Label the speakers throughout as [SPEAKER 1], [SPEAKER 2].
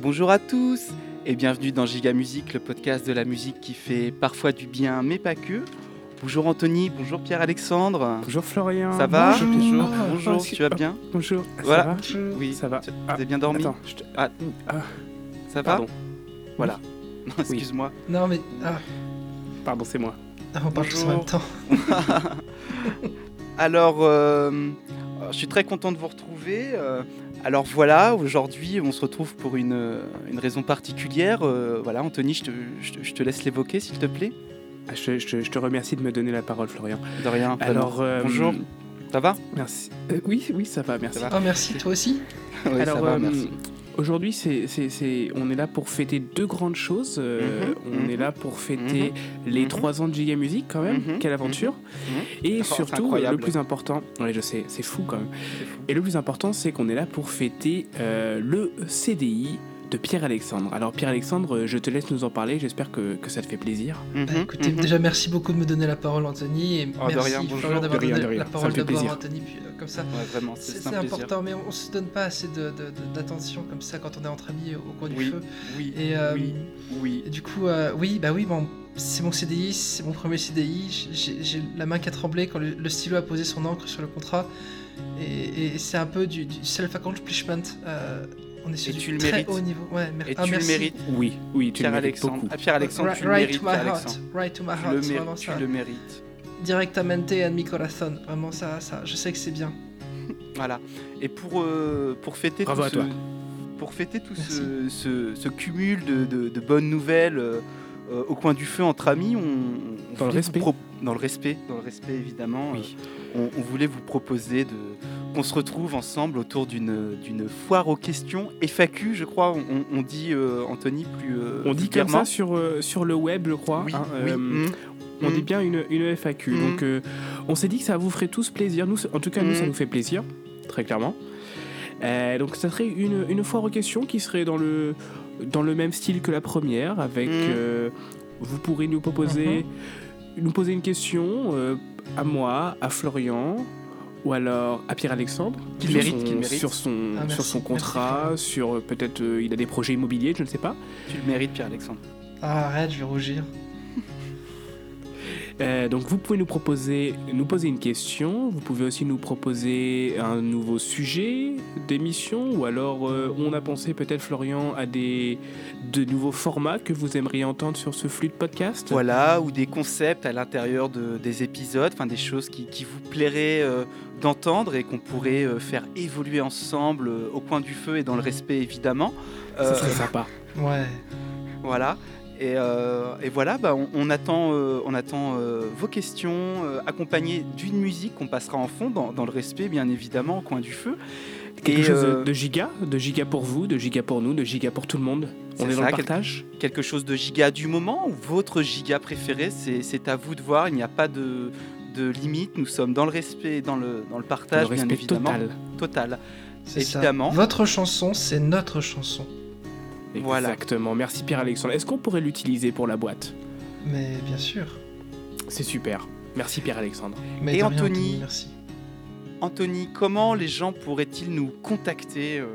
[SPEAKER 1] Bonjour à tous et bienvenue dans Giga Musique, le podcast de la musique qui fait parfois du bien, mais pas que. Bonjour Anthony, bonjour Pierre-Alexandre.
[SPEAKER 2] Bonjour Florian.
[SPEAKER 1] Ça va
[SPEAKER 2] Bonjour.
[SPEAKER 1] Bonjour,
[SPEAKER 2] Ah,
[SPEAKER 1] bonjour,
[SPEAKER 2] aussi.
[SPEAKER 1] tu vas bien
[SPEAKER 2] Ah, Bonjour. Ah,
[SPEAKER 1] Voilà.
[SPEAKER 2] Ça va
[SPEAKER 1] Oui,
[SPEAKER 2] Ça va.
[SPEAKER 1] Tu
[SPEAKER 2] Ah,
[SPEAKER 1] as bien dormi
[SPEAKER 2] Attends, je te-
[SPEAKER 1] Ah,
[SPEAKER 2] ah,
[SPEAKER 1] Ça va
[SPEAKER 3] Pardon.
[SPEAKER 1] Voilà. Non, excuse-moi.
[SPEAKER 3] Non mais ah,
[SPEAKER 2] pardon, c'est moi.
[SPEAKER 3] on parle tous
[SPEAKER 1] Bonjour.
[SPEAKER 3] en même temps.
[SPEAKER 1] Alors, euh, je suis très content de vous retrouver. Euh, Alors voilà, aujourd'hui, on se retrouve pour une, euh, une raison particulière. Euh, Voilà, Anthony, je te, je te- je te laisse l'évoquer, s'il te plaît.
[SPEAKER 2] Ah, je, je- je te remercie de me donner la parole, Florian.
[SPEAKER 1] De rien. vraiment.
[SPEAKER 2] Alors, euh,
[SPEAKER 1] Ah, bonjour. Ça va
[SPEAKER 2] Merci. Euh, oui, oui, ça va, merci.
[SPEAKER 1] Ça va.
[SPEAKER 3] Ah merci, toi aussi
[SPEAKER 1] Mhm. Oui,
[SPEAKER 2] Alors,
[SPEAKER 1] ça va,
[SPEAKER 2] euh,
[SPEAKER 1] merci.
[SPEAKER 2] Aujourd'hui, c'est, c'est- c'est- on est là pour fêter deux grandes choses. Euh,
[SPEAKER 1] Mhm,
[SPEAKER 2] on
[SPEAKER 1] mhm.
[SPEAKER 2] est là pour fêter les
[SPEAKER 1] mhm.
[SPEAKER 2] trois ans de Giga Music, quand même.
[SPEAKER 1] Mhm,
[SPEAKER 2] Quelle aventure
[SPEAKER 1] mhm.
[SPEAKER 2] Et
[SPEAKER 1] Oh, c'est
[SPEAKER 2] surtout, euh,
[SPEAKER 1] incroyable.
[SPEAKER 2] le plus important... Oui, je sais, c'est fou, quand même. Et le plus important, c'est qu'on est là pour fêter euh, le CDI de Pierre-Alexandre. Alors, Pierre-Alexandre, euh, je te laisse nous en parler. J'espère que, que ça te fait plaisir.
[SPEAKER 3] Bah,
[SPEAKER 1] Mhm,
[SPEAKER 3] écoutez,
[SPEAKER 1] mhm.
[SPEAKER 3] déjà merci beaucoup de me donner la parole Anthony et
[SPEAKER 1] Ah, de
[SPEAKER 3] merci
[SPEAKER 1] rien, bonjour,
[SPEAKER 3] Florian d'avoir
[SPEAKER 2] de rien,
[SPEAKER 3] donné
[SPEAKER 2] de rien.
[SPEAKER 3] la
[SPEAKER 2] Ça me
[SPEAKER 3] parole
[SPEAKER 2] fait
[SPEAKER 3] d'abord
[SPEAKER 2] plaisir.
[SPEAKER 3] Anthony puis euh, comme ça.
[SPEAKER 1] Ouais, vraiment, c'est
[SPEAKER 3] C'est
[SPEAKER 1] c'est
[SPEAKER 3] c'est
[SPEAKER 1] un plaisir.
[SPEAKER 3] important mais on, on se donne pas assez de- de- de- d'attention comme ça quand on est entre amis au coin du
[SPEAKER 1] Oui,
[SPEAKER 3] feu.
[SPEAKER 1] oui,
[SPEAKER 3] Et, euh,
[SPEAKER 1] oui, oui.
[SPEAKER 3] Et du coup euh, oui bah oui bon c'est mon CDI, c'est mon premier CDI, J'ai- j'ai j'ai la main qui a tremblé quand le, le stylo a posé son encre sur le contrat et, et c'est un peu du, du self-accomplishment. euh, on est sur
[SPEAKER 1] Et
[SPEAKER 3] du
[SPEAKER 1] tu le
[SPEAKER 3] très
[SPEAKER 1] mérites.
[SPEAKER 3] haut niveau. Ouais, mer-
[SPEAKER 1] Et
[SPEAKER 3] ah,
[SPEAKER 1] tu le
[SPEAKER 3] merci.
[SPEAKER 1] mérites,
[SPEAKER 2] Oui, oui, tu le mérites
[SPEAKER 1] Pierre-Alexandre.
[SPEAKER 2] beaucoup.
[SPEAKER 1] Ah, Pierre-Alexandre, tu le
[SPEAKER 3] right
[SPEAKER 1] mérites,
[SPEAKER 3] to my heart,
[SPEAKER 1] Pierre-Alexandre.
[SPEAKER 3] right to my
[SPEAKER 1] Tu
[SPEAKER 3] heart,
[SPEAKER 1] le
[SPEAKER 3] c'est
[SPEAKER 1] mérites,
[SPEAKER 3] vraiment
[SPEAKER 1] tu
[SPEAKER 3] ça.
[SPEAKER 1] le mérites.
[SPEAKER 3] Directamente en mi corazón, vraiment ça, ça, je sais que c'est bien.
[SPEAKER 1] Voilà. Et pour, euh, pour fêter
[SPEAKER 2] Bravo
[SPEAKER 1] tout
[SPEAKER 2] à
[SPEAKER 1] ce,
[SPEAKER 2] toi.
[SPEAKER 1] Pour fêter tout
[SPEAKER 3] Merci.
[SPEAKER 1] ce, ce- ce cumul de, de- de bonnes nouvelles euh, euh, au coin du feu entre amis, on, on
[SPEAKER 2] Dans
[SPEAKER 1] voulait
[SPEAKER 2] le
[SPEAKER 1] vous
[SPEAKER 2] respect.
[SPEAKER 1] pro- dans le respect, dans le respect évidemment.
[SPEAKER 2] Oui.
[SPEAKER 1] euh, on, on voulait vous proposer de qu'on se retrouve ensemble autour d'une d'une foire aux questions FAQ, je crois. On, on- on dit euh, Anthony plus. euh,
[SPEAKER 2] On dit comme
[SPEAKER 1] vulgairement.
[SPEAKER 2] ça sur, euh, sur le web, je crois.
[SPEAKER 1] Oui,
[SPEAKER 2] hein,
[SPEAKER 1] oui,
[SPEAKER 2] euh,
[SPEAKER 1] mm,
[SPEAKER 2] On
[SPEAKER 1] mm.
[SPEAKER 2] dit bien une, une FAQ.
[SPEAKER 1] Mhm.
[SPEAKER 2] Donc, euh, on s'est dit que ça vous ferait tous plaisir. Nous, en tout cas, nous, ça
[SPEAKER 1] Mhm.
[SPEAKER 2] nous fait plaisir, très clairement. Euh, donc, ça serait une, une foire aux questions qui serait dans le, dans le même style que la première. Avec,
[SPEAKER 1] Mhm.
[SPEAKER 2] euh, vous pourrez nous proposer,
[SPEAKER 1] Mm-hmm.
[SPEAKER 2] nous poser une question euh, à moi, à Florian. Ou alors à Pierre-Alexandre,
[SPEAKER 1] Qu'il
[SPEAKER 2] sur
[SPEAKER 1] mérite,
[SPEAKER 2] son-
[SPEAKER 1] qu'il mérite.
[SPEAKER 2] Sur son,
[SPEAKER 3] Ah, merci,
[SPEAKER 2] sur son
[SPEAKER 3] merci,
[SPEAKER 2] contrat,
[SPEAKER 3] Florian.
[SPEAKER 2] sur euh, peut-être euh, il a des projets immobiliers, je ne sais pas.
[SPEAKER 1] Tu le mérites, Pierre-Alexandre.
[SPEAKER 3] Ah, arrête, je vais rougir.
[SPEAKER 2] Euh, donc vous pouvez nous proposer, nous poser une question, vous pouvez aussi nous proposer un nouveau sujet d'émission, ou alors euh, on a pensé peut-être Florian à des de nouveaux formats que vous aimeriez entendre sur ce flux de podcast.
[SPEAKER 1] Voilà, ou des concepts à l'intérieur de- des épisodes, enfin des choses qui, qui vous plairaient euh, d'entendre et qu'on pourrait euh, faire évoluer ensemble euh, au coin du feu et dans le respect évidemment.
[SPEAKER 2] Mhm. Ça
[SPEAKER 1] Euh,
[SPEAKER 2] serait sympa.
[SPEAKER 3] Ouais.
[SPEAKER 1] voilà. Et, euh, et voilà, bah, on, on attend, euh, on attend euh, vos questions, euh, accompagnées d'une musique qu'on passera en fond, dans, dans le respect bien évidemment, au coin du feu.
[SPEAKER 2] Quelque
[SPEAKER 1] et,
[SPEAKER 2] chose de-
[SPEAKER 1] euh,
[SPEAKER 2] de giga, de giga pour vous, de giga pour nous, de giga pour tout le monde.
[SPEAKER 1] C'est
[SPEAKER 2] On est, dans
[SPEAKER 1] ça,
[SPEAKER 2] le
[SPEAKER 1] quelque-
[SPEAKER 2] partage.
[SPEAKER 1] quelque chose de giga du moment ou votre giga préféré, c'est c'est à vous de voir. Il n'y a pas de, de limite. Nous sommes dans le respect, et dans le, dans le partage,
[SPEAKER 2] le respect
[SPEAKER 1] bien évidemment.
[SPEAKER 2] total.
[SPEAKER 1] Total.
[SPEAKER 3] C'est ça.
[SPEAKER 1] Évidemment.
[SPEAKER 3] Votre chanson, c'est notre chanson.
[SPEAKER 1] Voilà.
[SPEAKER 2] Exactement. Merci Pierre Alexandre. Est-ce qu'on pourrait l'utiliser pour la boîte
[SPEAKER 3] Mais bien sûr.
[SPEAKER 2] C'est super. Merci Pierre Alexandre.
[SPEAKER 3] Mais
[SPEAKER 1] Et
[SPEAKER 3] de rien,
[SPEAKER 1] Anthony
[SPEAKER 3] merci.
[SPEAKER 1] Anthony, comment les gens pourraient-ils nous contacter euh,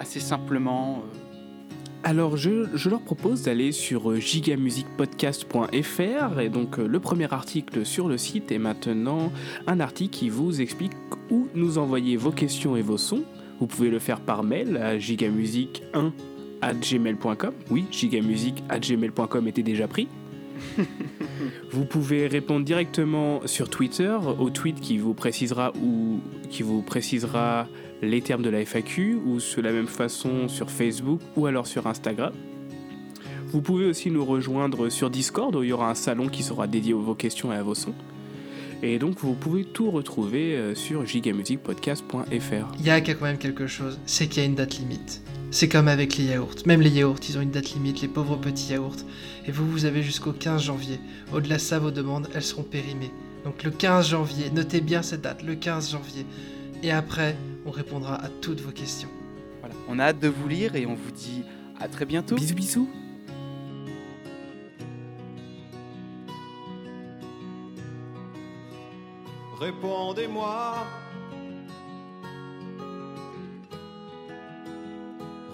[SPEAKER 1] assez simplement euh,
[SPEAKER 2] Alors, je, je leur propose d'aller sur euh, gigamusicpodcast.fr et donc euh, le premier article sur le site est maintenant un article qui vous explique où nous envoyer vos questions et vos sons. Vous pouvez le faire par mail à gigamusic1 gmail.com. Oui, gigamusic gmail.com était déjà pris. vous pouvez répondre directement sur Twitter au tweet qui vous précisera ou qui vous précisera les termes de la FAQ ou de la même façon sur Facebook ou alors sur Instagram. Vous pouvez aussi nous rejoindre sur Discord où il y aura un salon qui sera dédié à vos questions et à vos sons. Et donc vous pouvez tout retrouver euh, sur gigamusicpodcast.fr.
[SPEAKER 3] Il y a quand même quelque chose, c'est qu'il y a une date limite. C'est comme avec les yaourts. Même les yaourts, ils ont une date limite, les pauvres petits yaourts. Et vous, vous avez jusqu'au 15 janvier. Au-delà de ça, vos demandes, elles seront périmées. Donc le 15 janvier, notez bien cette date, le 15 janvier. Et après, on répondra à toutes vos questions.
[SPEAKER 1] voilà. On a hâte de vous lire et on vous dit à très bientôt.
[SPEAKER 2] Bisous bisous
[SPEAKER 4] Répondez-moi.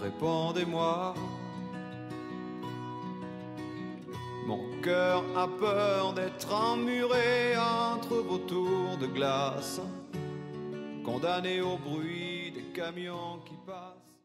[SPEAKER 4] répandez-moi. Mon cœur a peur d'être emmuré entre vos tours de glace, condamné au bruit des camions qui passent.